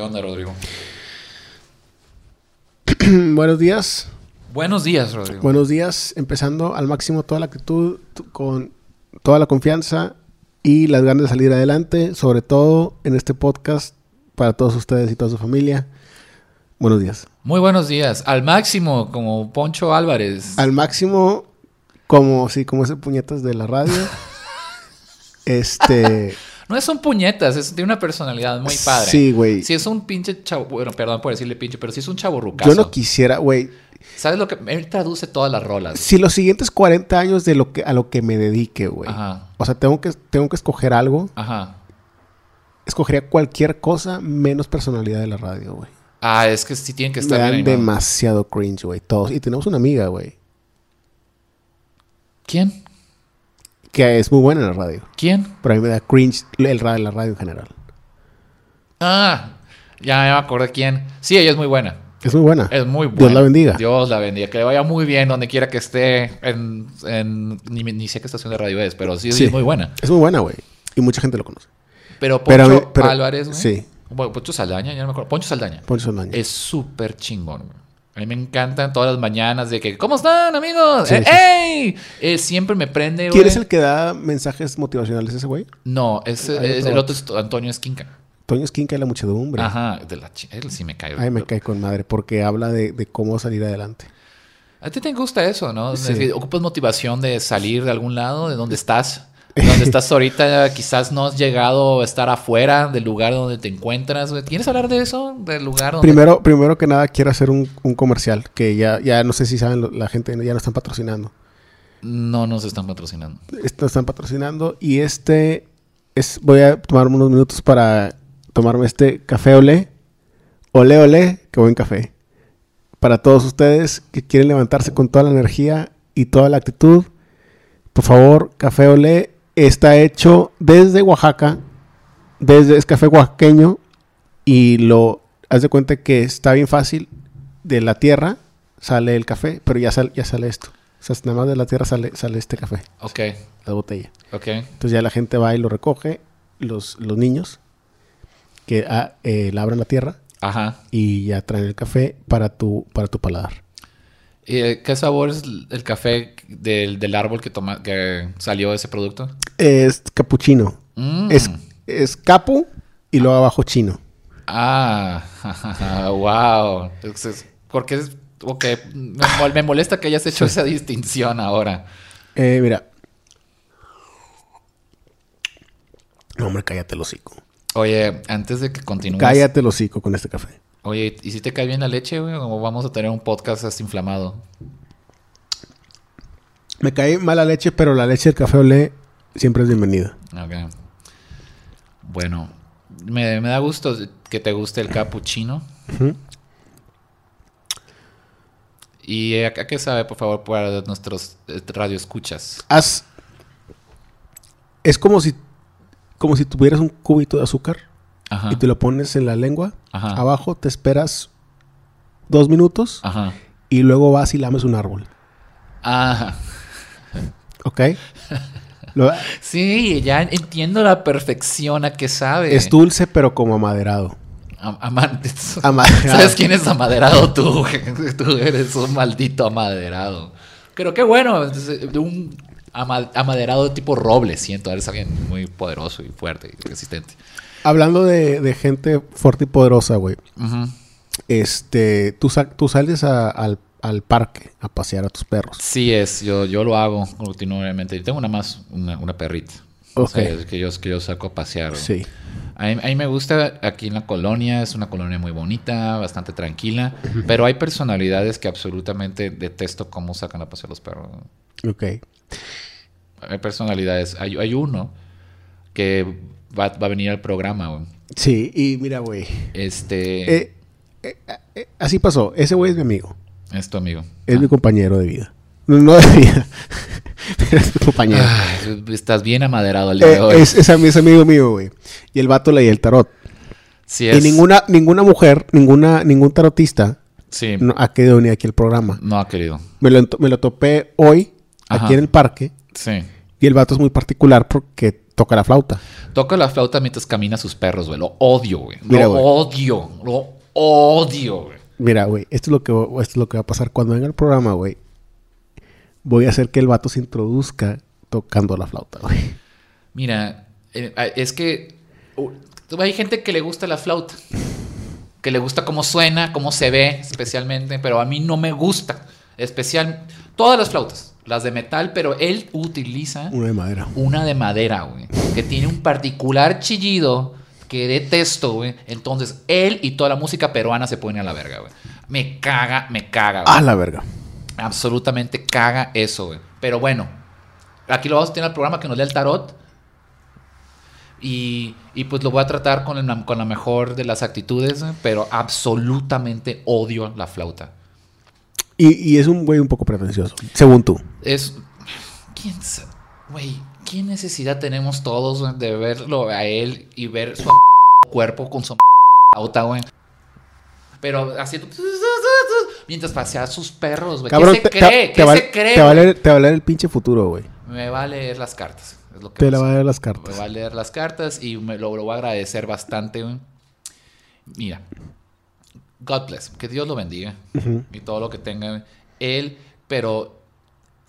onda, Rodrigo? Mm, Buenos días. Buenos días, Rodrigo. Buenos días. Empezando al máximo toda la actitud, tu- con toda la confianza y las ganas de salir adelante, sobre todo en este podcast para todos ustedes y toda su familia. Buenos días. Muy buenos días. Al máximo, como Poncho Álvarez. Al máximo, como sí, como ese puñetas de la radio. este. No son puñetas, es, tiene una personalidad muy padre. Sí, güey. Si es un pinche chavo, bueno, perdón por decirle pinche, pero si es un chavo Yo no quisiera, güey. ¿Sabes lo que? Él traduce todas las rolas. Si los siguientes 40 años de lo que, a lo que me dedique, güey. Ajá, O sea, tengo que, tengo que escoger algo. ajá. Escogería cualquier cosa menos personalidad de la radio, güey. Ah, es que sí tienen que Me estar dan bien animados. demasiado cringe, güey. Todos. Y tenemos una amiga, güey. ¿Quién? Que es muy buena en la radio. ¿Quién? Pero a mí me da cringe el ra- la radio en general. Ah, ya me acordé quién. Sí, ella es muy buena. Es muy buena. Es muy buena. Dios la bendiga. Dios la bendiga. Que le vaya muy bien donde quiera que esté. En, en- ni, ni sé qué estación de radio es, pero sí, sí Sí. es muy buena. Es muy buena, güey. Y mucha gente lo conoce. Pero Poncho Pero a mí- pero- Álvarez, güey. sí. Bueno, Poncho Saldaña, ya no me acuerdo. Poncho Saldaña. Poncho Saldaña. Es súper chingón, güey. A mí me encantan todas las mañanas de que, ¿cómo están, amigos? Sí, Eh, sí. ¡Ey! Eh, siempre me prende, ¿Quién güey. es el que da mensajes motivacionales ese güey? No, es, Hay es- otro el otro vato. es Antonio Esquinca. Toño Esquinca de la muchedumbre. Ajá, de la chi- Él sí me cae. Ay, me cae con madre porque habla de, de cómo salir adelante. A ti te gusta eso, ¿no? Sí. Es que Ocupas motivación de salir de algún lado, de donde estás. De Donde estás ahorita, quizás no has llegado a estar afuera del lugar donde te encuentras. güey. ¿Quieres hablar de eso? Del lugar donde. Primero, primero que nada, quiero hacer un, un comercial que ya, ya no sé si saben, lo- la gente ya no están patrocinando. No nos están patrocinando. Est- nos están patrocinando y este es voy a tomarme unos minutos para tomarme este café olé olé olé qué buen café para todos ustedes que quieren levantarse con toda la energía y toda la actitud por favor café olé está hecho desde Oaxaca desde es café oaxaqueño y lo haz de cuenta que está bien fácil de la tierra sale el café pero ya sale ya sale esto o sea, nada más de la tierra sale, sale este café Ok, la botella. ok. Entonces ya la gente va y lo recoge, los, los niños que ah, eh, labran la tierra Ajá. y ya traen el café para tu, para tu paladar. Eh, ¿Qué sabor es el café del, del árbol que, toma, que salió ese producto? Es capuchino. Mm. Es, es capu y luego abajo chino. Ah, wow. Entonces, ¿Por qué? es- Ok, me, mol- me molesta que hayas hecho esa distinción ahora. Eh, mira. No, hombre, cállate el hocico. Oye, antes de que continúes. Cállate el hocico con este café. Oye, ¿y si te cae bien la leche, güey? ¿O vamos a tener un podcast hasta inflamado? Me cae mala leche, pero la leche del café olé siempre es bienvenida. Ok. Bueno, me, me da gusto que te guste el capuchino. ¿Y eh, a qué sabe, por favor, para nuestros eh, radioescuchas? Haz. Es como si, como si tuvieras un cubito de azúcar Ajá. y te lo pones en la lengua. Ajá. Ah. Abajo te esperas dos minutos Ajá. y luego vas y lames un árbol. Ah, ¿Ok? Lo- sí, ya entiendo la perfección a que sabe. es dulce, pero como amaderado. Am- amantes. Amaderado. ¿Sabes quién es amaderado tú? güey? tú eres un maldito amaderado. Pero qué bueno, entonces, de un ama- amaderado tipo roble, siento. Eres alguien muy poderoso y fuerte y resistente. Hablando de, de gente fuerte y poderosa, güey. Ujú. Este, tú, sa- tú sales a- al, al parque a pasear a tus perros. Sí es, yo, yo lo hago continuamente. Yo tengo una más, una, una perrita. O Ok. sea, es que, yo, que yo saco a pasear. güey. Sí. A mí, a mí me gusta aquí en la colonia, es una colonia muy bonita, bastante tranquila, pero hay personalidades que absolutamente detesto cómo sacan a pasear los perros. Ok. Hay personalidades, hay, hay uno que va, va a venir al programa, güey. Sí, y mira, güey. Este Eh, eh, eh, así pasó. Ese güey es mi amigo. es tu amigo. Ah. Es mi compañero de vida. No, no de vida. pero es mi compañero. Ay, estás bien amaderado el día de Eh, hoy. es, es, ami- es amigo mío, güey. Y el vato leía el tarot. sí, es. Y ninguna, ninguna mujer, ninguna, ningún tarotista Sí, no, no ha querido venir aquí al programa. ha querido. Me lo, ento- me lo topé hoy, Ajá. aquí en el parque. Sí. Y el vato es muy particular porque toca la flauta. Toca la flauta mientras camina sus perros, güey. Lo odio, güey. Lo Mira, güey. odio. Lo odio, güey. Mira, güey, esto es lo que esto es lo que va a pasar cuando venga el programa, güey. Voy a hacer que el vato se introduzca tocando la flauta, güey. Mira, eh, ah, es que uh, hay gente que le gusta la flauta. Que le gusta cómo suena, cómo se ve, especialmente. Pero a mí no me gusta. Especial. Todas las flautas. Las de metal, pero él utiliza Una de madera. una de madera, güey. Que tiene un particular chillido que detesto, güey. Entonces, él y toda la música peruana se ponen a la verga, güey. Me caga, me caga, güey. A Ah, la verga. Absolutamente caga eso, güey. Pero bueno, aquí lo vamos a tener al programa que nos lea el tarot. Y, y pues lo voy a tratar con, el- con la mejor de las actitudes, güey, pero absolutamente odio la flauta. Y, y es un güey un poco pretencioso, según tú. Es. ¿Quién sa- Güey, ¿qué necesidad tenemos todos güey, de verlo a él y ver su cuerpo con su auta, güey? Pero haciendo. Mientras pasea a sus perros, güey. Pues, ¿Qué se te- te- cree? te ¿Qué va- se cree? Te va, a güey? leer, te va a leer el pinche futuro, güey. Me va a leer las cartas. Es lo que Te va la a va a hacer. leer las Me cartas. va a leer las cartas y me lo, lo voy a agradecer bastante. güey. Mira. God bless. Que Dios lo bendiga. Ujú. Y todo lo que tenga él. Pero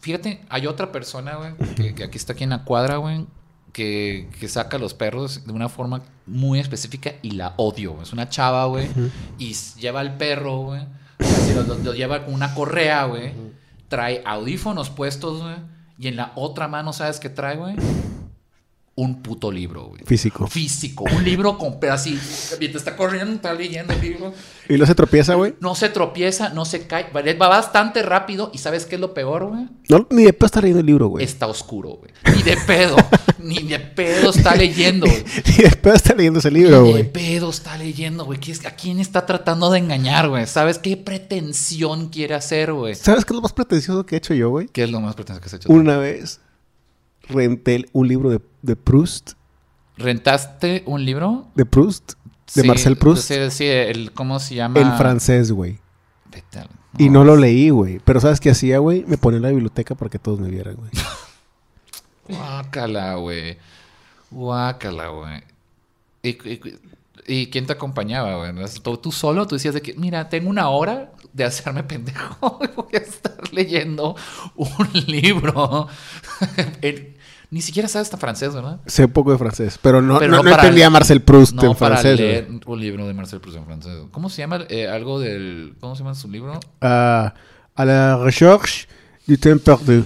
fíjate, hay otra persona, güey, que, que aquí está aquí en la cuadra, güey, que, que saca a los perros de una forma muy específica y la odio. güey. Es una chava, güey, y s- lleva al perro, güey, así lo, lo- lo lleva con una correa, güey, trae audífonos puestos, güey, y en la otra mano, ¿sabes qué trae, güey? Un puto libro, güey. Físico. Físico, un libro con pero así, mientras está corriendo, está leyendo el libro. Y luego se tropieza, güey. No se tropieza, no se cae. Va va bastante rápido. ¿Y sabes qué es lo peor, güey? No, ni de pedo está leyendo el libro, güey. Está oscuro, güey. Ni de pedo. ni de pedo está leyendo, güey. Ni de pedo está leyendo ese libro, Ni de güey. pedo está leyendo, güey. ¿Qué es- ¿A quién está tratando de engañar, güey? ¿Sabes qué pretensión quiere hacer, güey? ¿Sabes qué es lo más pretencioso que he hecho yo, güey? ¿Qué es lo más pretencioso que has hecho? Una vez renté un libro de, de Proust. ¿Rentaste un libro? De Proust. De Sí, Marcel Proust. Sí, sí, el, ¿cómo se llama? En francés, güey. Vete al- Y no lo leí, güey. Pero ¿sabes qué hacía, güey? Me ponía en la biblioteca para que todos me vieran, güey. Guácala, güey. Guácala, güey. ¿Y, y- y quién te acompañaba, güey? ¿No es- ¿Tú, tú solo? Tú decías de que, mira, tengo una hora de hacerme pendejo y voy a estar leyendo un libro. El- Ni siquiera sabes tan francés, ¿verdad? Sé un poco de francés, pero no, Pero no, no no para entendía a le- Marcel Proust No, Pues en para francés. güey. leer un libro de Marcel Proust en francés. ¿Cómo se llama? eh, algo del... ¿Cómo se llama su libro? Ah, a la recherche du temps perdu.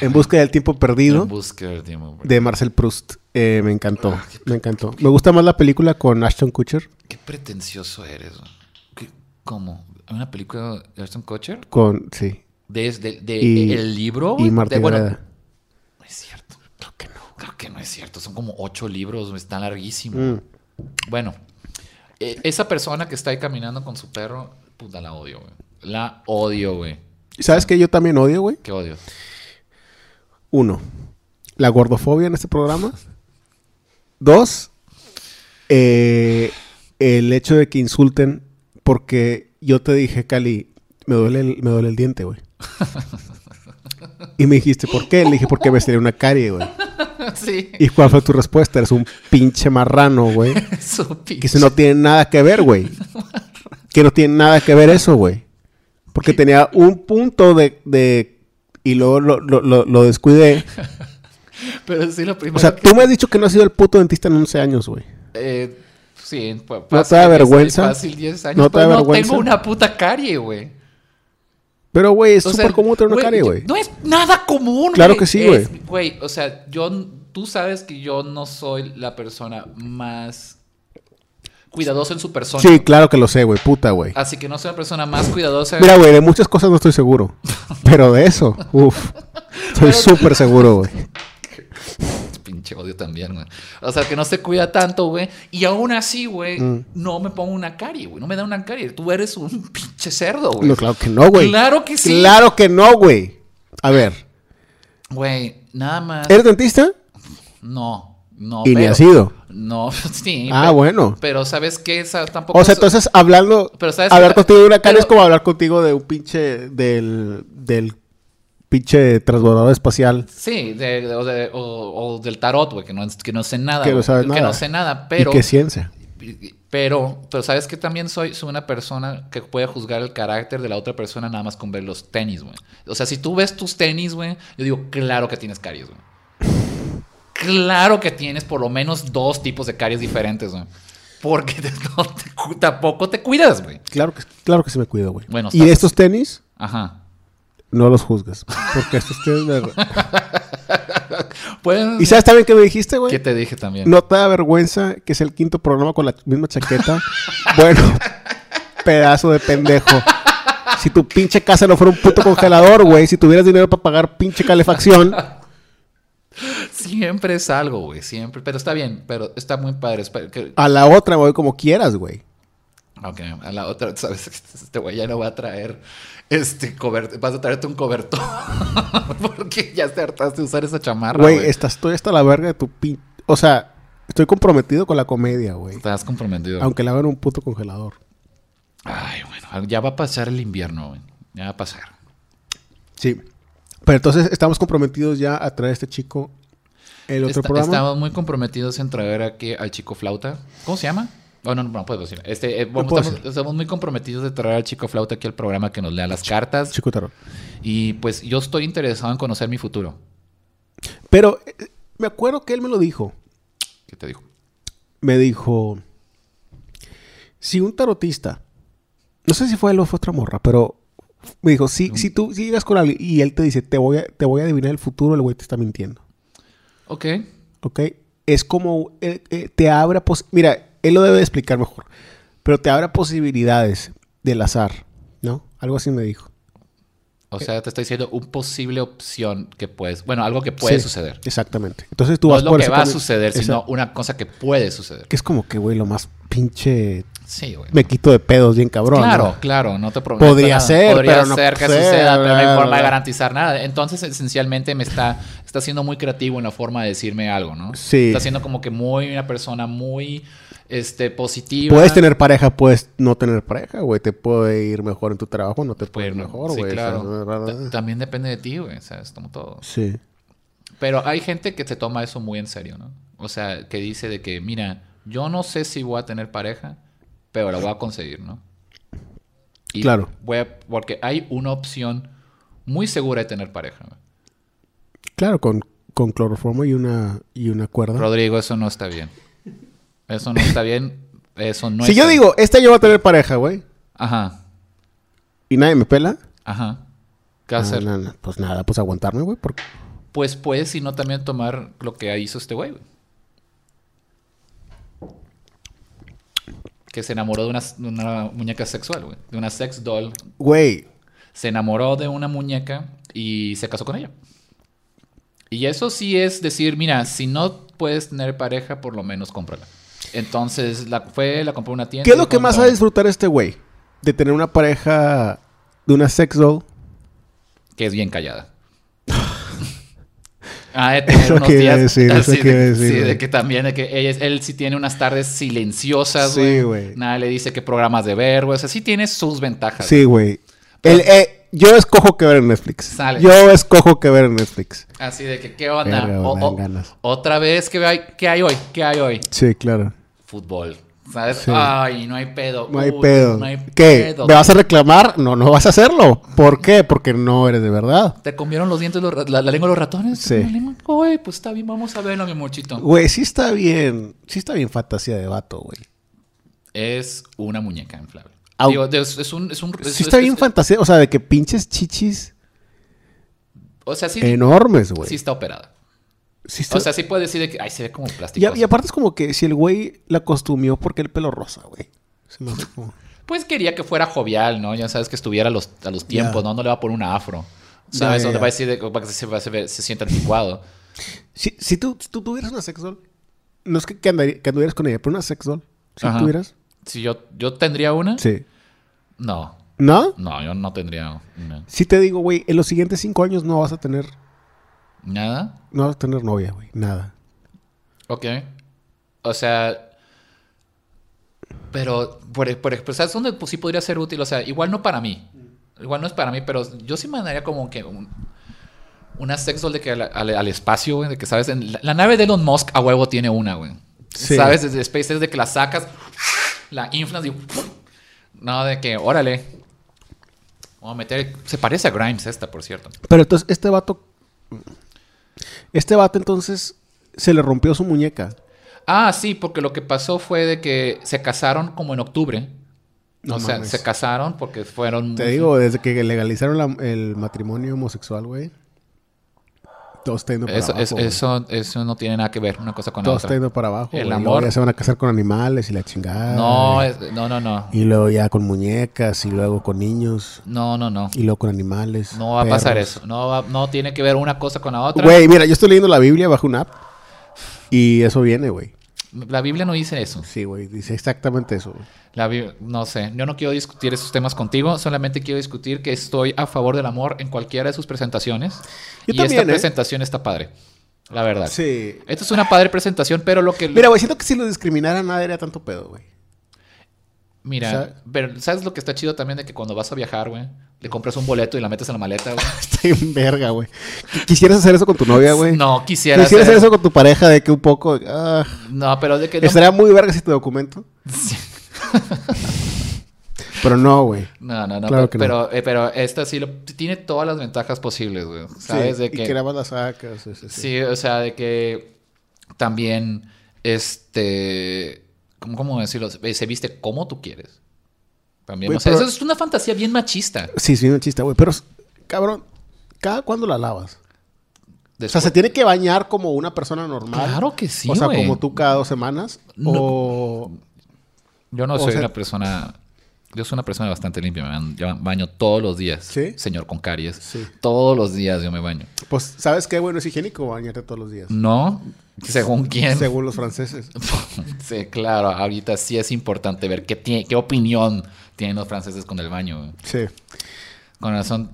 En busca del tiempo perdido En busca Ah, del tiempo. güey. de Marcel Proust. Eh, me encantó, me encantó. Me gusta más la película con Ashton Kutcher, Qué pretencioso eres, güey. ¿Qué- ¿Cómo? ¿Hay una película de Ashton Kutcher? con, sí, Desde de, Y- Eh, el libro. y de- Martín bueno, Greda. no es cierto. Creo que no. Creo que no es cierto. Son como ocho libros, güey, está larguísimo. Mm. Bueno, eh, esa persona que está ahí caminando con su perro, puta, la odio, güey. La odio, güey. ¿Sabes qué yo también odio, güey? Qué odio. Uno, la gordofobia en este programa. Dos, eh, el hecho de que insulten porque yo te dije, Cali, me duele el, me duele el diente, güey. Y me dijiste, ¿por qué? Le dije, porque me sería una carie, güey. sí. ¿Y cuál fue tu respuesta? Eres un pinche marrano, güey. Su Que eso no tiene nada que ver, güey. Que no tiene nada que ver eso, güey. Porque tenía un punto de... de- y luego lo- lo- lo- lo descuidé. pinche- Pero sí, lo primero. O sea, que- tú me has dicho que no has sido el puto dentista en 11 años, güey. eh, sí, pa- da fácil, vergüenza? Fácil 10 años. ¿No te pero da no vergüenza? tengo una puta carie, güey. Pero, güey, es O súper sea, común tener una carie, güey. No es nada común. Claro güey. que sí, Es- Güey, o sea, yo, n- tú sabes que yo no soy la persona más cuidadosa en su persona. Sí, claro que lo sé, güey. Puta, güey. Así que no soy la persona más cuidadosa. Mira, güey, de muchas cosas no estoy seguro. Pero de eso, uff. Estoy súper seguro, güey. Este Pinche odio también, güey. O sea, que no se cuida tanto, güey. Y aún así, güey, Mm. no me pongo una carie, güey. No me da una carie. Tú eres un pinche cerdo, güey. No, claro que no, güey. Claro que sí. Claro que no, güey. A ver, Güey, nada más. ¿eres dentista? No, no. Y ni pero- has ido. No, sí. Ah, pero- bueno. Pero, ¿sabes qué? Esa- tampoco O sea, so- entonces, hablando... Pero, ¿sabes hablar qué? contigo de una carie Pero- es como hablar contigo de un pinche... Del... Del... pinche transbordador espacial. Sí, de- de- o, de- o- o del tarot, güey, que no, que no sé nada. Que no güey, sabes Que nada. no sé nada, pero... Y que ciencia. Pero, pero sabes que también soy, soy una persona que puede juzgar el carácter de la otra persona nada más con ver los tenis, güey. O sea, si tú ves tus tenis, güey, yo digo, claro que tienes caries, güey. Claro que tienes por lo menos dos tipos de caries diferentes, güey. Porque te- no te cu- tampoco te cuidas, güey. Claro que, claro que sí me cuido, güey. Bueno, y estás- estos tenis, Ajá. no los juzgues. Porque estos tenis... me- Pueden... ¿Y sabes también qué me dijiste, ¿Qué güey? te dije también? No te da vergüenza que es el quinto programa con la misma chaqueta. bueno, pedazo de pendejo. Si tu pinche casa no fuera un puto congelador, güey, si tuvieras dinero para pagar pinche calefacción, Siempre es algo, güey. Siempre. Pero está bien. Pero está muy padre. Espe- que- a la otra, güey, como quieras, güey. Ok, a la otra, sabes, este güey ya no va a traer este cobertor, vas a traerte un cobertor porque ya te hartaste de usar esa chamarra, Güey, güey. estás estoy hasta la verga de tu pin... O sea, estoy comprometido con la comedia, güey. Estás comprometido. Aunque la hagan un puto congelador. Ay, bueno, ya va a pasar el invierno, güey. Ya va a pasar. Sí. Pero entonces estamos comprometidos ya a traer a este chico el otro Esta- programa. Estamos muy comprometidos en traer aquí al chico flauta. ¿Cómo se llama? Oh, no, no, no puedo decir. Este, eh, vamos- puedo estamos, estamos muy comprometidos de traer al chico flauta aquí al programa que nos lea las cartas. Chico Tarot. Y pues yo estoy interesado en conocer mi futuro. Pero eh, me acuerdo que él me lo dijo. ¿Qué te digo? Me dijo: Si un tarotista, no sé si fue él o fue otra morra, pero me dijo: Si, si tú si llegas con alguien y él te dice, te voy a, te voy a adivinar el futuro, el güey te está mintiendo. Ok. ¿Ok? Es como eh, eh, te abra. pos- Mira, él lo debe de explicar mejor. Pero te abra posibilidades del azar, ¿no? Algo así me dijo. O sea, te estoy diciendo un posible opción que puedes, bueno, algo que puede Sí, suceder. Exactamente. Entonces tú no vas es lo por que ese va a camino. suceder, sino Exacto. una cosa que puede suceder. Que es como que, güey, lo más pinche. Sí, güey. Me quito de pedos bien cabrón. claro, ¿no? claro, no te prometo Podría nada. ser, Podría pero no ser que sé, suceda, pero no hay bla, forma bla. de garantizar nada. Entonces, esencialmente me está está siendo muy creativo en la forma de decirme algo, ¿no? Sí. Está siendo como que muy una persona muy este positiva. Puedes tener pareja, puedes no tener pareja, güey. Te puede ir mejor en tu trabajo, no te puede ir Bueno, mejor, Pues, sí, güey. O sea, claro. bla, bla, bla. Ta- También depende de ti, güey, sabes, como todo. Sí. Pero hay gente que se toma eso muy en serio, ¿no? O sea, que dice de que, mira, yo no sé si voy a tener pareja, pero la voy a conseguir, ¿no? Y Claro. voy a- porque hay una opción muy segura de tener pareja. ¿no? Claro, con, con cloroformo y una, y una cuerda. Rodrigo, eso no está bien. Eso no está bien. Eso no si está yo bien. digo, esta yo voy a tener pareja, güey, Ajá, y nadie me pela. ajá. ¿Qué no, hacer? no, no, Pues nada, pues aguantarme, güey. Porque... Pues puedes, si no, también tomar lo que hizo este güey. güey. Que se enamoró de una, de una muñeca sexual, güey. De una sex doll Güey, se enamoró de una muñeca y se casó con ella. Y eso sí es decir, mira, si no puedes tener pareja, por lo menos cómprala. Entonces la fue, la compró en una tienda. ¿qué es y lo que más va a compró- disfrutar este güey? De tener una pareja de una sex doll. Que es bien callada. ah, de tener Eso unos quiere días. decir, eso sí, de- quiere decir, sí, güey. de que también, de que ella- él sí tiene unas tardes silenciosas, Sí, güey. güey. Nada le dice qué programas de ver, güey. O sea, sí tiene sus ventajas. Sí, güey. El, eh, yo escojo qué ver en Netflix. Sale. Yo escojo qué ver en Netflix. Así de que, ¿qué onda? Verga, O- me dan o- ganas. otra vez, ¿qué hay, ¿qué hay hoy? ¿Qué hay hoy? Sí, claro. fútbol. ¿Sabes? Sí. Ay, no hay pedo. No hay Uy, pedo. No hay ¿Qué? pedo. ¿Me vas a reclamar? No, no vas a hacerlo. ¿Por qué? Porque no eres de verdad. ¿Te comieron los dientes, los ra- la, la lengua de los ratones? Sí. ¿La lengua? Uy, pues está bien, vamos a verlo, mi mochito. Güey, sí está bien. Sí está bien fantasía de vato, güey. Es una muñeca inflable. Au. Digo, es, es un... Es un Pues es- Sí está es- bien es- fantasía. O sea, de que pinches chichis O sea, sí, enormes, Eh, güey. sí está operada. Sí está- O sea, sí puede decir de que... Ay, se ve como plástico. y, a- y aparte es como que si el güey la costumió porque el pelo rosa, güey. Se me hace como- Pues quería que fuera jovial, ¿no? Ya sabes que estuviera a los, a los tiempos, Ya. ¿no? No le va a poner un afro. Ya, ¿Sabes? ya, O te ya. va a decir de- para que se, va a se ve- se sienta anticuado. Si, si tú, si tú tuvieras una sex doll, no es que, que, andaría- que anduvieras con ella, pero una sex doll, si Ajá. tuvieras. Si yo, yo tendría una... Sí. No. ¿No? No, yo no tendría una. Si te digo, güey, en los siguientes cinco años no vas a tener, ¿Nada? no vas a tener novia, güey. Nada. Ok. O sea. Pero, por, por, pero ¿sabes dónde pues, sí podría ser útil? O sea, igual no para mí. Igual no es para mí, pero yo sí mandaría como que. un- Una sextol de que al, al- al espacio, güey, de que sabes, en la, la nave de Elon Musk a huevo tiene una, güey. Sí. Sabes, desde SpaceX de que la sacas, la inflas y no de que, órale. Vamos a meter, se parece a Grimes esta, por cierto. Pero entonces, este vato. Este vato entonces se le rompió su muñeca. Ah, sí, porque lo que pasó fue de que se casaron como en octubre. No o sea, mames. se casaron porque fueron. Te digo, desde que legalizaron la- el matrimonio homosexual, güey. Todo está yendo para Eso, abajo. es- güey. eso, eso no tiene nada que ver una cosa con la Todo otra. está yendo para abajo. El güey. Y luego amor. Ya se van a casar con animales y la chingada. No, güey. es- no, no, no. Y luego ya con muñecas y luego con niños No, no, no. y luego con animales. No va a pasar perros. eso. No, va- no tiene que ver una cosa con la otra. Güey, mira, yo estoy leyendo la Biblia bajo una app y eso viene, güey. La Biblia no dice eso. Sí, güey, dice exactamente eso. güey. La Bib- no sé. Yo no quiero discutir esos temas contigo. Solamente quiero discutir que estoy a favor del amor en cualquiera de sus presentaciones. Yo y también, esta ¿eh? presentación está padre. La verdad. Sí. Esta es una padre presentación, pero lo que. Mira, güey, siento que si lo discriminaran nada era tanto pedo, güey. Mira, o sea- pero ¿sabes lo que está chido también de que cuando vas a viajar, güey? Le compras un boleto y la metes en la maleta, güey. Está en verga, güey. Qu- Quisieras hacer eso con tu novia, güey. No, quisiera. Quisieras hacer- hacer eso con tu pareja de que un poco... ah, No, pero de que. no- Estaría muy verga si te documento. Pero no, güey. No, no, no. Claro pe- que pero, eh, pero esta sí lo- tiene todas las ventajas posibles, güey. ¿Sabes? Sí, de Y que nada más la sacas. Sí, sí, sí. Sí, o sea, de que también, este, ¿cómo, cómo decirlo? Eh, Se viste como tú quieres. También, Güey, o sea, pero- eso es una fantasía bien machista. Sí, sí, un chiste, güey. Pero, cabrón, ¿cada cuándo la lavas? O sea, Después- ¿se tiene que bañar como una persona normal? Claro que sí, O sea, güey. como tú cada dos semanas. No. O... yo o no soy sea- una persona, yo soy una persona bastante limpia, me ban- yo baño todos los días, ¿Sí? señor con caries. Sí. Todos los días yo me baño. Pues, ¿sabes qué? Bueno, es higiénico bañarte todos los días. ¿No? ¿Según quién? Según los franceses. sí, claro, ahorita sí es importante ver qué, tiene, qué opinión tienen los franceses con el baño. güey. Sí. Con razón.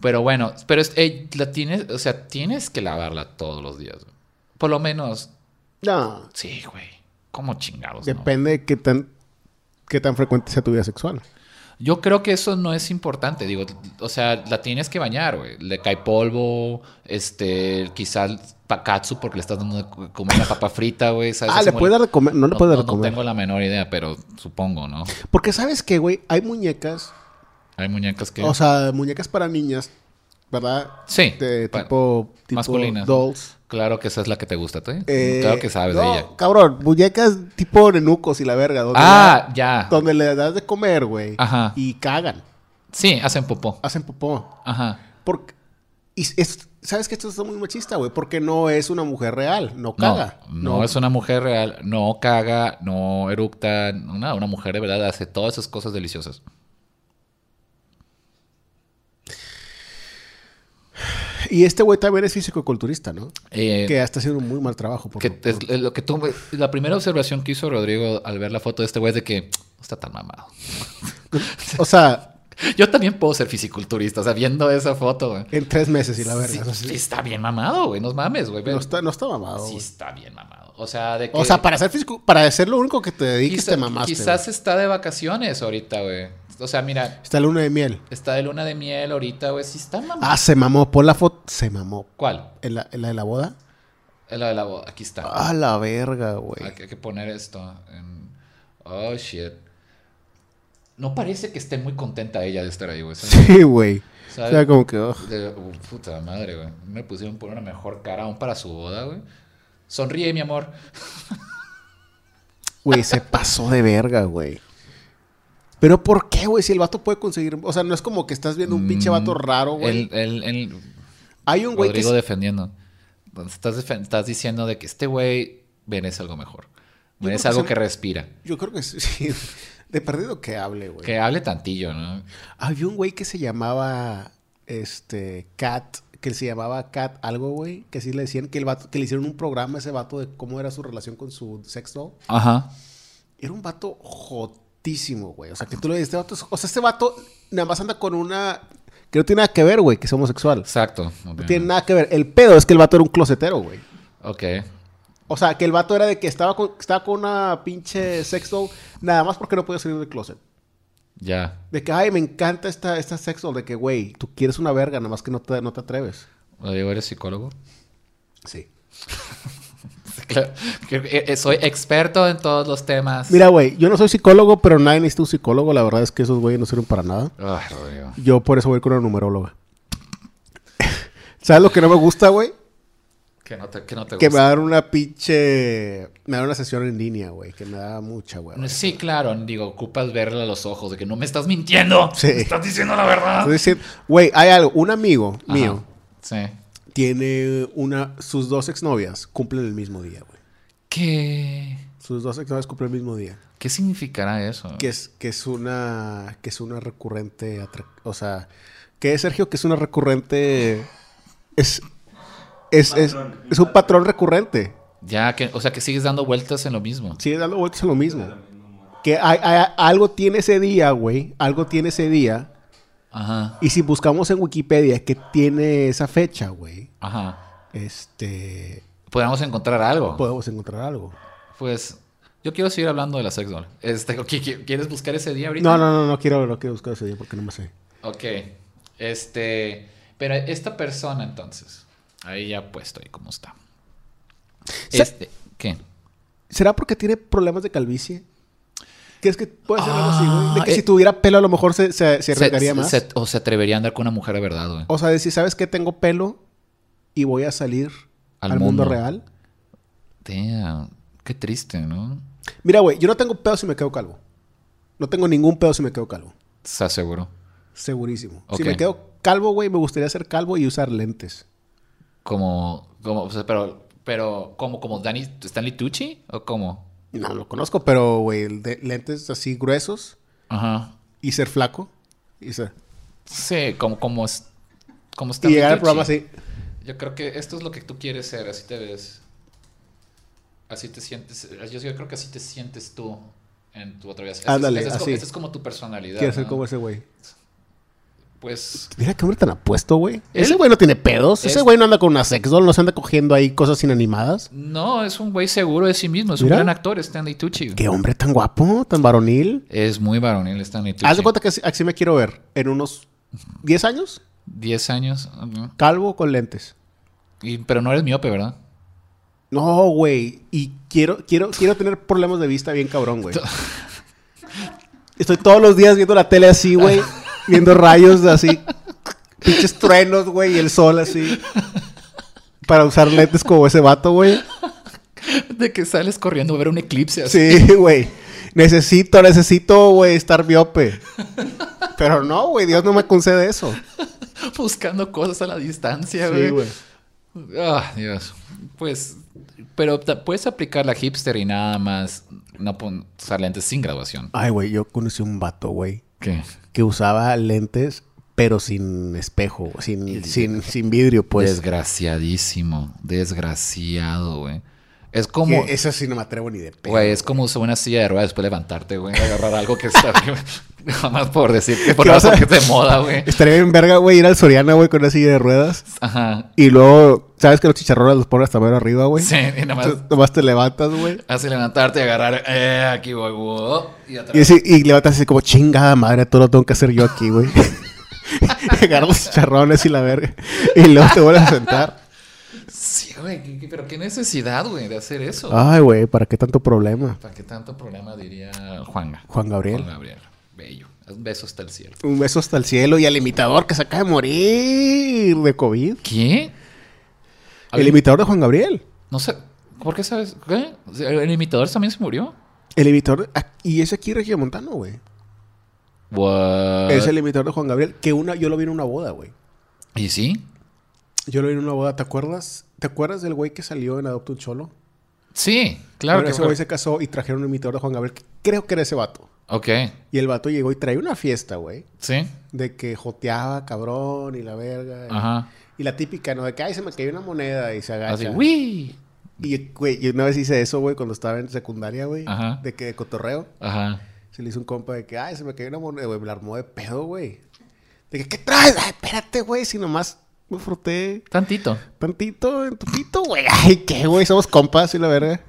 Pero bueno, pero es- eh, la tienes, o sea, tienes que lavarla todos los días. güey. Por lo menos, No. sí, güey. ¿Cómo chingados? pues, no? Depende de qué tan, qué tan frecuente sea tu vida sexual. Yo creo que eso no es importante, digo, o sea, la tienes que bañar, güey. Le cae polvo, este, quizás pakatsu porque le estás dando de co- comer una papa frita, güey. ¿sabes? Ah, Es ¿le como- puedes dar de comer? No le puedes dar de no comer. tengo la menor idea, pero supongo, ¿no? Porque, ¿sabes qué, güey? Hay muñecas. Hay muñecas que... O sea, muñecas para niñas, ¿verdad? sí, De pa- tipo, tipo masculinas. dolls. claro que esa es la que te gusta, ¿tú? Eh, claro que sabes de no, ella. Cabrón, muñecas tipo nenucos y la verga. Donde Ah, la- ya. donde le das de comer, güey. Ajá. Y cagan. Sí, hacen popó. Hacen popó. Ajá. Porque, y es- ¿Sabes que esto está muy machista, güey? Porque no es una mujer real. No caga. No, no es una mujer real, no caga, no eructa, no nada. Una mujer de verdad hace todas esas cosas deliciosas. Y este güey también es físico-culturista, ¿no? Eh, que está haciendo un muy mal trabajo. Por, que por- es lo que tú- la primera observación que hizo Rodrigo al ver la foto de este güey es de que no está tan mamado. O sea, Yo también puedo ser fisiculturista, o sea, viendo esa foto, güey. en tres meses y la verga. Sí, o sea, sí. sí está bien mamado, güey. No mames, güey. ve. no, está, no está mamado. sí güey. está bien mamado. O sea, de que. o sea, para ser físico, para ser lo único que te dediques, quizá- te mamaste. Quizás güey. está de vacaciones ahorita, güey. O sea, mira, Está luna de miel. está de luna de miel ahorita, güey. Sí está mamado. Ah, se mamó. Pon la foto. Se mamó. ¿Cuál? ¿En la, en la de la boda? Es la de la boda. Aquí está. Ah, la verga, güey. Hay que hay que poner esto. en- Oh, shit. No parece que esté muy contenta ella de estar ahí, güey. ¿sabes? Sí, güey. O ¿Sabes? sea, como que. ugh. De- uh, puta madre, güey. No Me pusieron por una mejor cara aún para su boda, güey. Sonríe, mi amor. Güey, se pasó de verga, güey. Pero ¿por qué, güey? Si el vato puede conseguir. O sea, no es como que estás viendo un pinche vato raro, güey. Mm, El, el, el- Hay un güey que. Rodrigo defendiendo. Entonces, Estás, defen- estás diciendo de que este güey merece algo mejor. Merece creo que algo son- que respira. Yo creo que sí. De perdido que hable, güey. Que hable tantillo, ¿no? Había un güey que se llamaba. Este. Cat. Que se llamaba Cat algo, güey. Que sí le decían que el vato. Que le hicieron un programa a ese vato de cómo era su relación con su sexo. Ajá. Era un vato jotísimo, güey. O sea, que tú le dices, este vato es- O sea, este vato nada más anda con una... Que no tiene nada que ver, güey, que es homosexual. Exacto. No tiene nada que ver. El pedo es que el vato era un closetero, güey. Ok. O sea, que el vato era de que estaba con, estaba con una pinche sexo nada más porque no podía salir del closet. Ya. De que, ay, me encanta esta, esta sexo. De que, güey, tú quieres una verga, nada más que no te, no te atreves. Lo digo, eres psicólogo. Sí. Claro, creo que, eh, soy experto en todos los temas. Mira, güey, yo no soy psicólogo, pero nadie necesita un psicólogo. La verdad es que esos güeyes no sirven para nada. Ay, Rodrigo. Yo por eso voy con una numeróloga. ¿Sabes lo que no me gusta, güey? Que no te, que no te Que me gusta. dan una pinche... Me dan una sesión en línea, güey. Que me da mucha, güey. Sí, claro. Digo, ocupas verle a los ojos de que no me estás mintiendo. Sí. Me estás diciendo la verdad. Es decir, güey, hay algo. Un amigo Ajá. mío Sí. tiene una... Sus dos exnovias cumplen el mismo día, güey. ¿Qué, Sus dos exnovias cumplen el mismo día. ¿Qué significará eso? Que es, que es una... Que es una recurrente... atra- O sea... Que es, Sergio? Que es una recurrente... Es... Es, es, es un patrón recurrente. Ya, que, o sea, que sigues dando vueltas en lo mismo. Sigue dando vueltas a lo mismo. Que hay- hay- algo tiene ese día, güey. Algo tiene ese día. Ajá. Y si buscamos en Wikipedia que tiene esa fecha, güey, Ajá. este, Podríamos encontrar algo. podemos encontrar algo. Pues yo quiero seguir hablando de la sex doll. Este, ¿qui- qui- ¿Quieres buscar ese día ahorita? No, no, no, no quiero, no quiero buscar ese día porque no me sé. Ok. Este. Pero esta persona entonces. Ahí ya puesto, ahí cómo está. Se- Este. ¿Qué? ¿Será porque tiene problemas de calvicie? ¿Crees que puede ser algo así, güey? De que Ah, si eh. tuviera pelo a lo mejor se, se, se arriesgaría más. se- o se atrevería a andar con una mujer de verdad, güey. o sea, de si sabes que tengo pelo y voy a salir al, Al mundo. mundo. real. Damn, Qué triste, ¿no? Mira, güey, yo no tengo pedo si me quedo calvo. No tengo ningún pedo si me quedo calvo. Se aseguró. Segurísimo. Ok. Si me quedo calvo, güey, me gustaría ser calvo y usar lentes. Como. como o sea, pero. Pero, ¿como, como Danny, Stanley Tucci? ¿O cómo? No lo conozco, pero, güey, el de- lentes así gruesos Ajá. y ser flaco. Y, ser- Sí, como, como, es- como y está llegar al Mitucci. programa así. Yo creo que esto es lo que tú quieres ser, así te ves. Así te sientes. Yo, yo creo que así te sientes tú en tu otra vida. Ese es- Ándale, ese es, como- así. ese es como tu personalidad. Quiero ser ¿no? como ese güey. Pues. Mira qué hombre tan apuesto, güey. Es- Ese güey no tiene pedos. Ese es- güey no anda con una sex doll, no se anda cogiendo ahí cosas inanimadas. No, es un güey seguro de sí mismo. Es Mira. un gran actor, Stanley Tucci. Qué hombre tan guapo, tan varonil. Es muy varonil, Stanley Tucci. Haz de cuenta que así, así me quiero ver en unos 10 años, 10 años. ajá. calvo con lentes. Y- pero no eres miope, ¿verdad? No, güey. Y quiero, quiero, quiero tener problemas de vista bien cabrón, güey. Estoy todos los días viendo la tele así, güey. viendo rayos así. Pinches truenos, güey. Y el sol así. Para usar lentes como ese vato, güey. De que sales corriendo a ver un eclipse así. Sí, güey. Necesito, necesito, güey, estar miope. Pero no, güey. Dios no me concede eso. Buscando cosas a la distancia, Sí, güey. Ah, Dios. Pues, pero ta- puedes aplicar la hipster y nada más no pon- usar lentes sin graduación. Ay, güey. Yo conocí un vato, güey. ¿Qué? que usaba lentes, pero sin espejo, sin, sin, sin vidrio, pues. Desgraciadísimo. Desgraciado, güey. Es como... Que eso sí no me atrevo ni de pedo. Güey, es como usar una silla de ruedas después levantarte, güey. Agarrar algo que está... Nada más por decir que por ¿Qué vas algo a- que es de moda, güey. Estaría bien verga, güey, ir al Soriana, güey, con una silla de ruedas. Ajá. Y luego, ¿sabes que los chicharrones los ponen hasta mero arriba, güey? Sí, y nada más... Entonces, nomás te levantas, güey. Así levantarte y agarrar... Eh, aquí voy, güey. Y atrás. Y, así- y levantas así como, chingada madre, todo lo tengo que hacer yo aquí, güey. Agarro los chicharrones y la verga. Y luego te vuelves a sentar. Sí, güey. qué- qué- Pero qué necesidad, güey, de hacer eso. Ay, güey, ¿para qué tanto problema? ¿Para qué tanto problema diría Juanga? Juan Gabriel. Juan Gabriel. Bello. Un beso hasta el cielo. Un beso hasta el cielo y al imitador que se acaba de morir de COVID. ¿Qué? El Ay, imitador de Juan Gabriel. No sé. ¿Por qué sabes? ¿Qué? O sea, ¿El imitador también se murió? El imitador. ah, Y es aquí Regio Montano, güey. What? Es el imitador de Juan Gabriel. Que una, yo lo vi en una boda, güey. ¿Y sí? Yo lo vi en una boda, ¿te acuerdas? ¿Te acuerdas del güey que salió en Adopta un Cholo? Sí, claro Bueno, que ese güey se casó y trajeron un imitador de Juan Gabriel. que creo que era ese vato. Ok, Y el vato llegó y traía una fiesta, güey. sí. De que joteaba, cabrón, y la verga. Ajá. Y la típica, ¿no? De que, ay, se me cayó una moneda y se agacha. Así, ¡uy! Y, güey, yo una vez hice eso, güey, cuando estaba en secundaria, güey. Ajá. De que de cotorreo. Ajá. Se le hizo un compa de que, ay, se me cayó una moneda, güey. Me la armó de pedo, güey. De que, ¿qué traes? Ay, espérate, güey. Si nomás me froté Tantito. tantito en tu pito, güey. Ay, qué, güey. Somos compas, y la verga.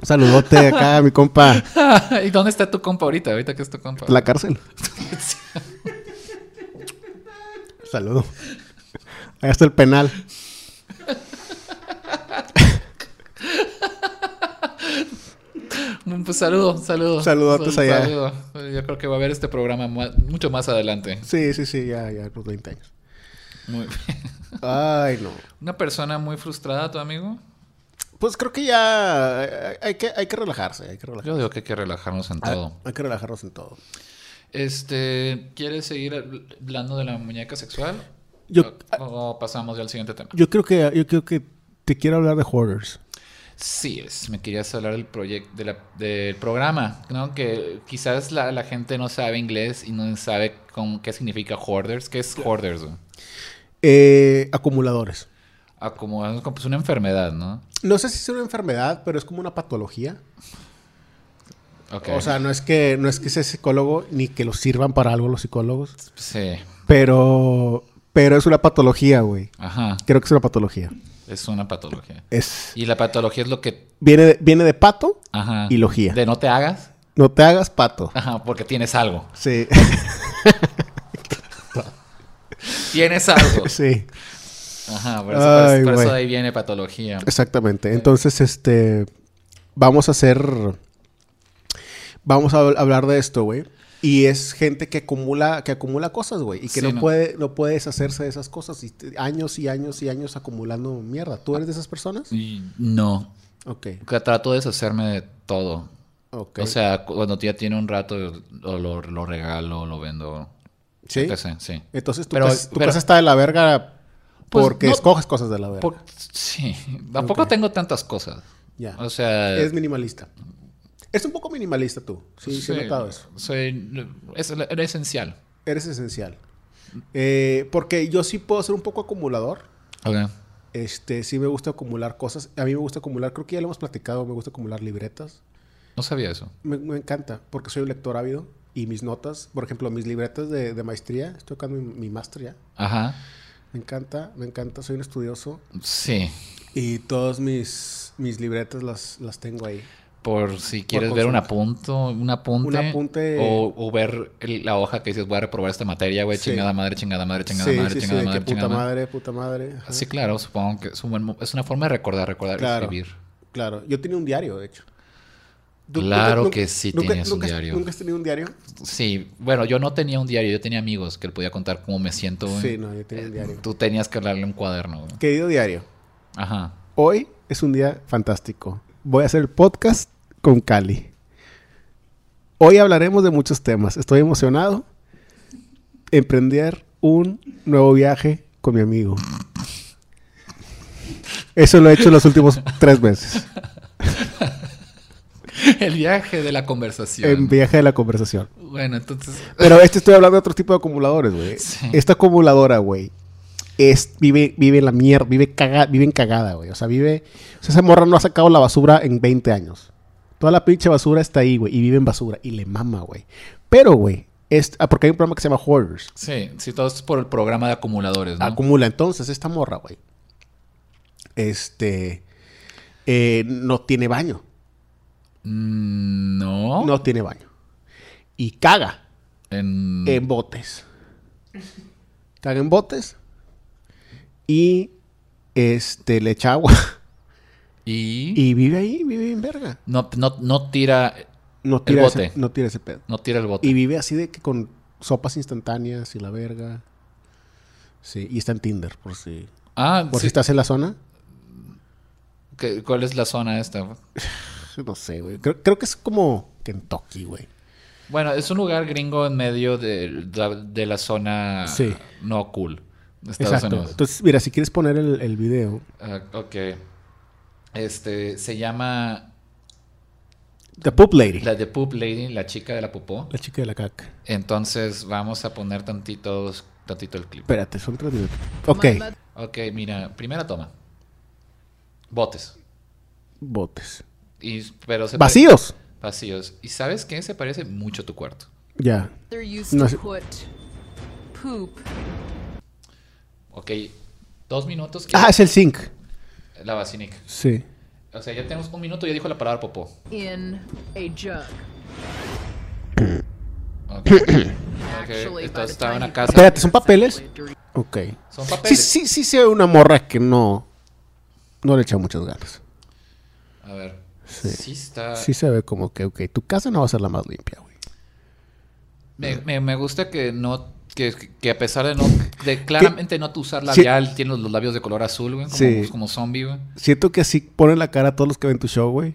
Un saludote acá a mi compa. de ¿Y dónde está tu compa ahorita? Ahorita que es tu compa. La cárcel. Saludo. Ahí está el penal. Un Pues saludo, un saludo. Saludotes Un allá. saludo. Yo creo que va a haber este programa mu- mucho más adelante. Sí, sí, sí, ya, ya, por 20 años. Muy bien. Ay, no. Una persona muy frustrada, tu amigo. Pues creo que ya eh, hay que, hay que relajarse, hay que relajarse. Yo digo que hay que relajarnos en todo. Hay que relajarnos en todo. Este, ¿quieres seguir hablando de la muñeca sexual? Yo- o, o pasamos ya al siguiente tema. Yo creo que, yo creo que te quiero hablar de Hoarders. Sí, es, me querías hablar del proyecto de la- del programa, ¿no? Que quizás la, la gente no sabe inglés y no sabe con, qué significa hoarders. ¿Qué es hoarders? güey? Eh, acumuladores. Ah, como es como, pues, una enfermedad, ¿no? No sé si es una enfermedad, pero es como una patología. Ok. O sea, no es que no es que sea psicólogo ni que los sirvan para algo los psicólogos, sí. pero pero es una patología, güey. Ajá. Creo que es una patología. Es una patología. Es Y la patología es lo que. viene de, viene de pato Ajá. y logía. Ah, De Ah, no te hagas. No te hagas pato. Ajá, porque tienes algo. Sí. Tienes algo. sí. Ajá, por eso, por eso- Ay, por eso güey. de ahí viene patología. Exactamente. Entonces, este. Vamos a hacer. Vamos a hab- hablar de esto, güey. Y es gente que acumula, que acumula cosas, güey. Y que Sí, no, no. puede, no puede deshacerse de esas cosas. Y te- años y años y años acumulando mierda. Ah. ¿Tú eres de esas personas? Y No, Ok. que trato de deshacerme de todo. Ok. O sea, cu- cuando ya tiene un rato, lo, lo, lo regalo, lo vendo. ¿Sí? Yo qué sé, sí. Entonces tu, Pero- casa, tu pero- casa está de la verga Pues, porque no- escoges cosas de la verga. Por- sí, tampoco Ok. tengo tantas cosas. Ya. O sea, es minimalista. Es un poco minimalista tú. Sí, sí, he notado eso. soy- es lo- lo esencial. Eres esencial. Eh, porque yo sí puedo ser un poco acumulador. Ok. Este, sí me gusta acumular cosas. A mí me gusta acumular, creo que ya lo hemos platicado, me gusta acumular libretas. No sabía eso. Me, me encanta, porque soy un lector ávido y mis notas, por ejemplo, mis libretas de, de maestría, estoy tocando mi, mi máster ya. Ajá. Me encanta, me encanta, soy un estudioso Sí. y todas mis, mis libretas las, las tengo ahí. Por si quieres ver un consulta. apunto, un apunte. Un apunte. O, o ver el- la hoja que dices, voy a reprobar esta materia, güey. Sí. Chingada madre, chingada madre, chingada sí, madre, sí, sí, chingada de madre, que chingada puta madre. madre, puta madre. ajá. Sí, claro, supongo que es, un buen mo- es una forma de recordar, recordar Claro. y escribir. Claro, yo tenía un diario, de hecho. ¿Tú- Claro nunca- que sí nunca- tenías un nunca- diario. ¿Nunca has tenido un diario? Sí, bueno, yo no tenía un diario, yo tenía amigos que le podía contar cómo me siento. güey. Eh, Sí, no, yo tenía un diario. Tú tenías que hablarle un cuaderno. güey. Querido diario, Ajá. Hoy es un día fantástico. Voy a hacer el podcast con Cali. Hoy hablaremos de muchos temas. Estoy emocionado. Emprender un nuevo viaje con mi amigo. Eso lo he hecho los últimos tres meses. El viaje de la conversación. En viaje de la conversación. Bueno, entonces. Pero este estoy hablando de otro tipo de acumuladores, güey. Sí. Esta acumuladora, güey, es, vive, vive en la mierda, vive, caga, vive en cagada, güey. O sea, vive. O sea, esa morra no ha sacado la basura en 20 años. Toda la pinche basura está ahí, güey, y vive en basura. Y le mama, güey. Pero, güey, es, ah, porque hay un programa que se llama Hoarders. Sí, sí, todo es por el programa de acumuladores, ¿no? Acumula. Entonces, esta morra, güey, este. eh, no tiene baño. Mm, no. No tiene baño. Y caga. En- en botes. Caga en botes. Y este le echa agua. Y. Y vive ahí, vive en verga. No, no, no tira. No tira, El ese, bote. no tira ese pedo. No tira el bote. Y vive así de que con sopas instantáneas y la verga. Sí, y está en Tinder, por si. ah, Por sí. si estás en la zona. ¿Qué- ¿cuál es la zona esta? No sé, güey. Creo, creo que es como Kentucky, güey. Bueno, es un lugar gringo en medio de, de- de la zona Sí. no cool. de Estados Exacto. Unidos. Entonces, mira, si quieres poner el, el video, Ah, ok. Este, se llama The Poop Lady. La, La de Poop Lady, la chica de la popó. chica de la caca. Entonces vamos a poner tantitos, tantito el clip. Espérate, son tres minutos. Ok, Ok, mira, primera toma. Botes. botes. Y, pero se Vacíos. Vacíos. ¿Y sabes qué? Se parece mucho a tu cuarto. Ya. They're used No to sé. put poop. Ok, dos minutos. que- Ah, es el zinc. La vacinica. Sí. O sea, ya tenemos un minuto y ya dijo la palabra popó. in a jug. Ok. Ok, Actually, by Entonces estaba the en time una you casa. Espérate, ¿son papeles? Exactly, a dirty- Ok. Ok. Son Sí, papeles. sí, sí, sí, hay una morra que no, no le echa muchas ganas. A ver. Sí. Sí, está. Ah. Sí se ve como que, ok, tu casa no va a ser la más limpia, güey. Me, me- me gusta que no. Que, que a pesar de no. De claramente no tu usar labial, tiene los, los labios de color azul, güey. Como, pues, Sí. como zombie, güey. Siento que así ponen la cara a todos los que ven tu show, güey.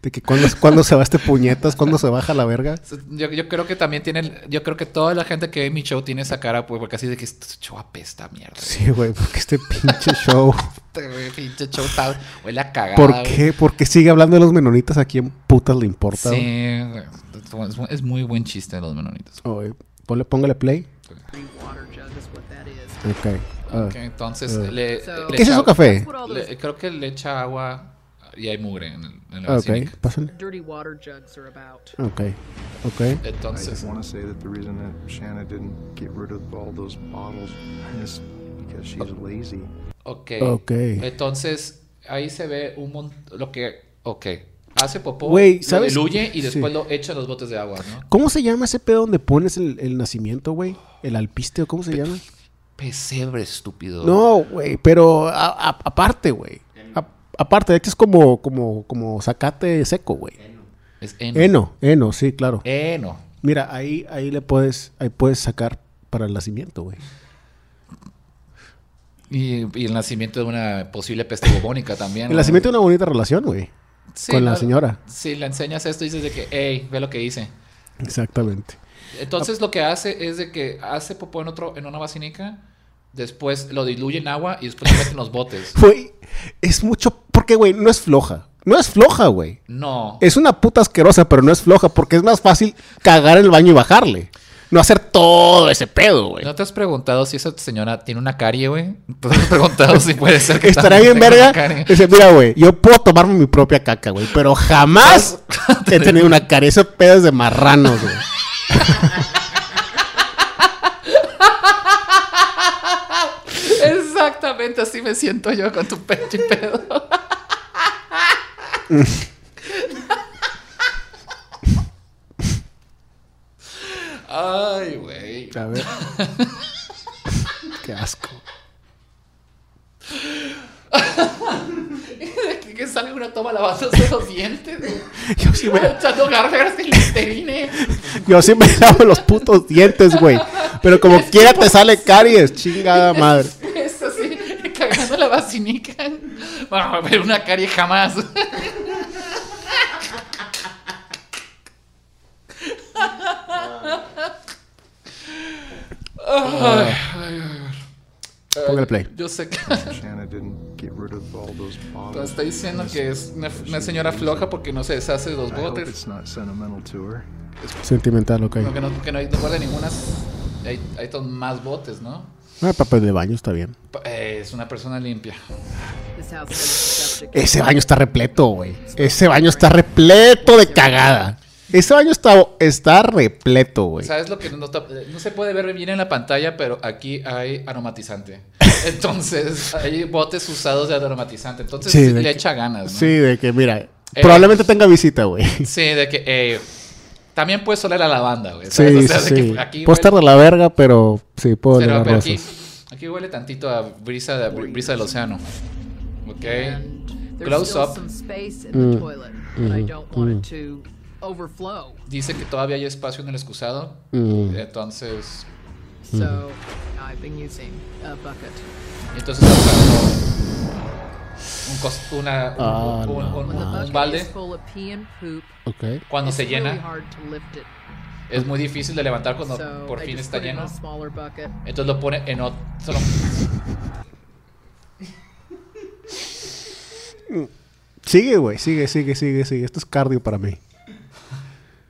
De que cuando, cuando se va este puñetas, cuando se baja la verga. Yo, yo creo que también tienen. Yo creo que toda la gente que ve mi show tiene esa cara, pues, porque así de que este show apesta, mierda. Sí, güey, porque este pinche show. Este, güey, pinche show está. Huele a cagada. ¿Por güey. qué? ¿Por qué sigue hablando de los menonitas? ¿A quién putas le Sí, importa? güey? güey. Es mu- Es muy buen chiste de los menonitos. Oye, ponle, póngale play. Free water jug is what that is. Ok. a ver. Ok, entonces, le, le So- Ah. ¿Qué es echa- eso, café? That's what all those le- creo que le echa agua y hay mugre en, el- en la Ah, Ok, vecina. pásale. dirty water jugs are about. Ok, ok. I Entonces, just want to say that the reason that Shanna didn't get rid of all those bottles is because she's lazy. ok. Ok. Entonces, ahí se ve un montón. Lo que. Ok. Hace popó, Güey, lo ¿sabes? diluye y después Sí. lo echa en los botes de agua, ¿no? ¿Cómo se llama ese pedo donde pones el, el nacimiento, güey? ¿El alpiste o cómo se llama? Pesebre estúpido. No, güey, pero a- a- aparte, güey. A- Aparte, de hecho es como, como, como zacate seco, güey. Es heno. Eno, eno, sí, claro. Heno. Mira, ahí, ahí le puedes, ahí puedes sacar para el nacimiento, güey. Y, y el nacimiento de una posible peste bubónica también. El ¿no? nacimiento es una bonita relación, güey. Sí, con la claro. señora. Si le enseñas esto, dices de que, hey, ve lo que hice. Exactamente. Entonces lo que hace es de que hace popó en otro, en una vacinica, después lo diluye en agua y después lo mete en los botes. Güey, es mucho, porque, güey, no es floja. No es floja, güey. No. Es una puta asquerosa, pero no es floja porque es más fácil cagar en el baño y bajarle. No hacer todo ese pedo, güey. ¿No te has preguntado si esa señora tiene una carie, güey? ¿Te has preguntado si puede ser que Estará también bien tenga una verga. carie? Dice, mira, güey, yo puedo tomarme mi propia caca, güey, pero jamás he tenido una caca. Esos pedos de marranos, güey. Exactamente así me siento yo con tu pecho y pedo. Ay, güey. A ver. Qué asco. Que- Que sale una toma lavándose los dientes, güey. Yo sí me, Echando gárgaras en Listerine. yo sí me lavo los putos dientes, güey. Pero como Es quiera como- te sale caries, chingada madre. Es así, cagando la vacinica. Bueno, pero una carie jamás. Póngale play. Yo sé que Shanna didn't get rid of all those bottles. está diciendo que es una, una she's señora lazy. floja porque no se deshace de los I hope botes. it's not sentimental to her. Sentimental, ok. No, que no, que no hay- no guarda ninguna. Hay, hay ton- más botes, ¿no? Ah, papel de baño está bien. Pa- eh, es una persona limpia. This house is septic. Ese baño está repleto, güey. Ese baño está repleto de cagada. Ese baño está, está repleto, güey. ¿Sabes lo que no, está- no se puede ver bien en la pantalla? Pero aquí hay aromatizante. Entonces, hay botes usados de aromatizante. Entonces, Sí, sí, de le que- echa ganas. ¿no? Eh, Sí, de que mira, probablemente tenga visita, güey. Sí, Sí, de que. eh, también puedes oler a lavanda, güey. ¿sabes? sí. O sea, de que aquí Puedo estar huele- de la verga, pero sí, puedo pero- oler a pero aquí, rosas. aquí huele tantito a brisa, de- brisa del océano. Ok. And there's Close still up. some space in Mm. the toilet, but I Mm-hmm. don't want it to overflow. Dice que todavía hay espacio en el excusado. Mm. Entonces. Mm-hmm. So I've been using a bucket. Entonces está usando un, cos- una, un- Ah, un- no. un- When the un bucket balde. is full of pee and poop, Ok. Cuando it's se really llena, hard to lift it. es muy difícil de levantar cuando So por I fin just está put it in lleno. a smaller bucket. Entonces lo pone en otro. Sigue, güey, sigue, sigue, sigue, sigue. Esto es cardio para mí.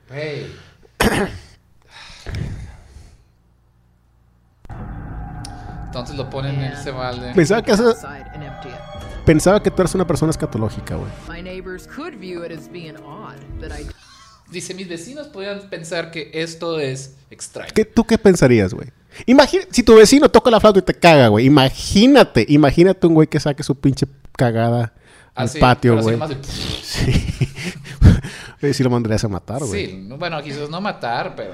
Hey. Entonces lo ponen en ese balde. Pensaba que, hace- Outside and empty it. pensaba que tú eres una persona escatológica, güey. My neighbors could view it as being odd, but I Dice, mis vecinos podrían pensar que esto es extraño. ¿Qué- ¿Tú qué pensarías, güey? Imagina, si tu vecino toca la flauta y te caga, güey. Imagínate, imagínate un güey que saque su pinche cagada al Así, patio, Ah, pero así güey. nomás de- Sí. Oye, sí lo mandarías a matar, güey. Sí, no- bueno, quizás no matar, pero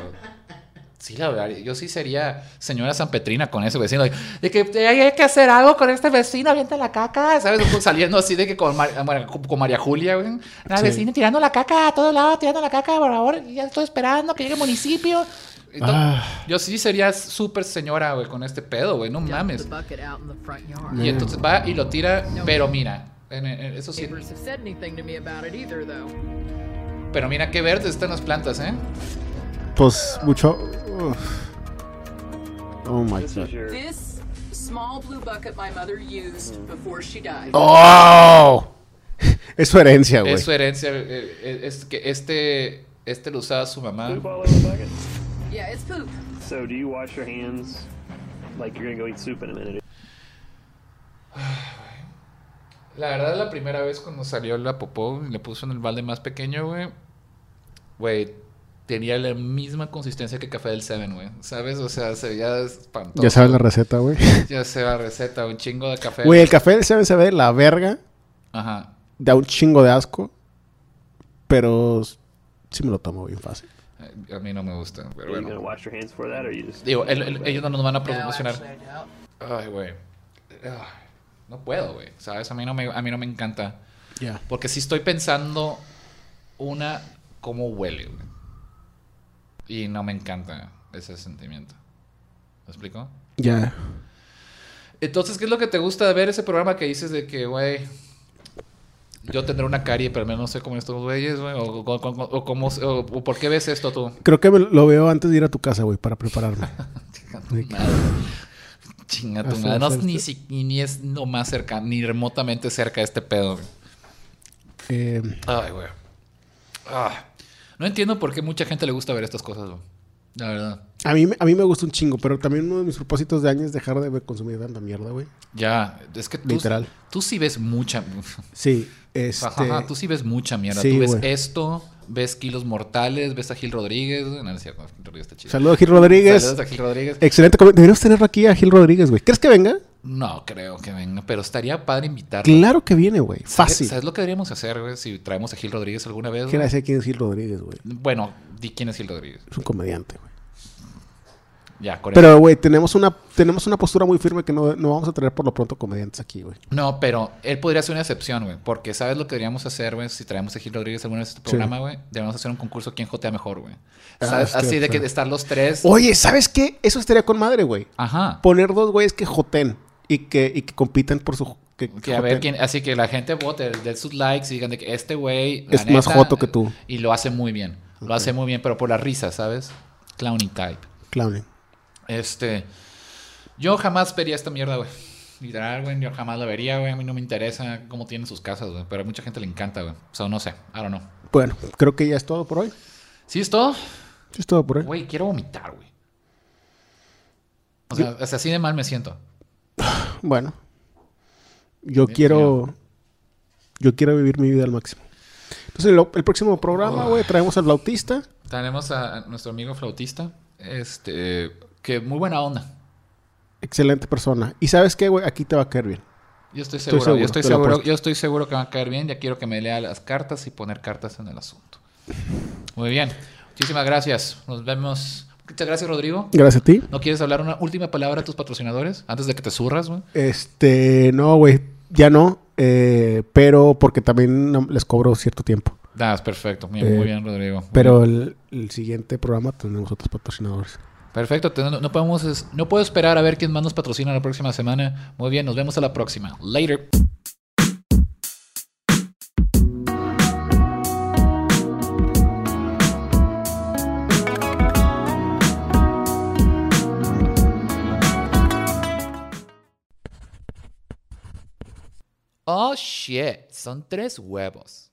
Sí, la verdad, yo sí sería señora San Petrina con ese vecino. De, de que "Eh, hay que hacer algo con este vecino, avienta la caca, ¿sabes? Como Saliendo así de que con, Mar- Mar- con María Julia, güey. La Sí. vecina tirando la caca a todos lados, tirando la caca, por favor, ya estoy esperando que llegue el municipio. Entonces, Ah. Yo sí sería súper señora, güey, con este pedo, güey, no Dump the mames. bucket out in the front yard. Y entonces va y lo tira, pero mira, en- en- eso sí, Neighbors have said anything to me about it either, though. pero mira qué verdes están las plantas, ¿eh? Pues mucho. uf. Oh my This god. is your. This small blue bucket my mother used before she died. ¡Oh! Es su herencia, güey. Es su herencia, eh, eh, es que este, este lo usaba su mamá. Poop all over the bucket. Yeah, it's poop. So, do you wash your hands like you're gonna go eat soup in a minute? La verdad, la primera vez cuando salió la popó, le puso en el balde más pequeño, güey. Güey, tenía la misma consistencia que café del Seven, güey. ¿Sabes? O sea, se veía espantoso. Ya sabes la receta, güey. Ya se va receta, un chingo de café. Güey, el café del 7 se ve de la verga. Ajá. Da un chingo de asco. Pero sí me lo tomo bien fácil. Eh, A mí no me gusta, pero Are you gonna bueno. wash your hands for that, or you just? Digo, el- el- ellos no nos van No, a actually, promocionar. I don't. Ay, güey. Ah, No puedo, güey. ¿Sabes? A mí no me, a mí no me encanta. Ya. Porque si estoy pensando una, cómo huele, güey. Y no me encanta ese sentimiento. ¿Me explico? Ya. Entonces, ¿qué es lo que te gusta de ver ese programa que dices de que, güey, yo tendré una carie, pero al menos no sé cómo estos güeyes, güey? O, o- o- o- o cómo, o- o ¿Por qué ves esto tú? Creo que me lo veo antes de ir a tu casa, güey, para prepararme. Chinga tu madre. Chinga tu Hacer- madre. No, hacer- ni, si- ni- ni es lo más cerca, ni remotamente cerca de este pedo, güey. Eh, Ay, güey. Ah. No entiendo por qué mucha gente le gusta ver estas cosas, güey. La verdad. a, mí, me- a mí me gusta un chingo, pero también uno de mis propósitos de año es dejar de consumir tanta mierda, güey. Ya, es que tú, Literal. tú sí ves mucha. Sí, este... Ajá, ajá, tú sí ves mucha mierda. Sí, tú ves güey. esto, ves Kilos Mortales, ves a Gil Rodríguez. No, no es cierto, Gil Rodríguez está chido. Saludos a Gil Rodríguez. Eh. Saludos a Gil Rodríguez. Excelente comentario. Deberíamos tenerlo aquí a Gil Rodríguez, güey. ¿Crees que venga? No creo que venga, pero estaría padre invitarlo. Claro que viene, güey. Fácil. ¿Sabes lo que deberíamos hacer, güey? Si traemos a Gil Rodríguez alguna vez. Quiero güey? decir quién es Gil Rodríguez, güey. Bueno, di quién es Gil Rodríguez. Es un comediante, güey. Ya, con Pero, güey, tenemos una, tenemos una postura muy firme que no, no vamos a tener por lo pronto comediantes aquí, güey. No, pero él podría ser una excepción, güey. Porque ¿sabes lo que deberíamos hacer, güey? Si traemos a Gil Rodríguez alguna vez a este programa, güey. Deberíamos hacer un concurso quién jotea mejor, güey. Ah, ¿Sabes? hostia, Así de que claro. estar los tres. Oye, ¿sabes qué? Eso estaría con madre, güey. Ajá. Poner dos güeyes que joten y que, y que compitan por su... Que, que Que a ver joten. quién, así que la gente vote, den sus likes y digan de que este güey la Es más joto que tú. Y lo hace muy bien. Lo hace muy bien, pero por la risa, ¿sabes? Clowny type. Clowning. Este. Yo jamás vería esta mierda, güey. Literal, güey. Yo jamás la vería, güey. A mí no me interesa cómo tienen sus casas, güey. Pero a mucha gente le encanta, güey. O sea, no sé. I don't know. Bueno, creo que ya es todo por hoy. ¿Sí es todo? Sí, es todo por hoy. Güey, quiero vomitar, güey. O sea, hasta así de mal me siento. Bueno. Yo quiero... Yo quiero vivir mi vida al máximo. Entonces, lo- el próximo programa, güey, traemos al Bautista. Tenemos a a nuestro amigo flautista, este, que muy buena onda. Excelente persona. Y ¿sabes qué, güey? Aquí te va a caer bien. Yo estoy seguro, seguro, yo estoy te lo seguro, apuesto. yo estoy seguro que va a caer bien. Ya quiero que me lea las cartas y poner cartas en el asunto. Muy bien, muchísimas gracias. Nos vemos. Muchas gracias, Rodrigo. Gracias a ti. ¿No quieres hablar una última palabra a tus patrocinadores antes de que te zurras, güey? Este, no, güey, ya no. eh, pero porque también no- les cobro cierto tiempo. Ah, es perfecto. Muy, Eh, muy bien, Rodrigo. Pero el, el siguiente programa tenemos otros patrocinadores. Perfecto, te- no, no podemos, es- no puedo esperar a ver quién más nos patrocina la próxima semana. Muy bien, nos vemos a la próxima. Later. Oh shit, son tres huevos.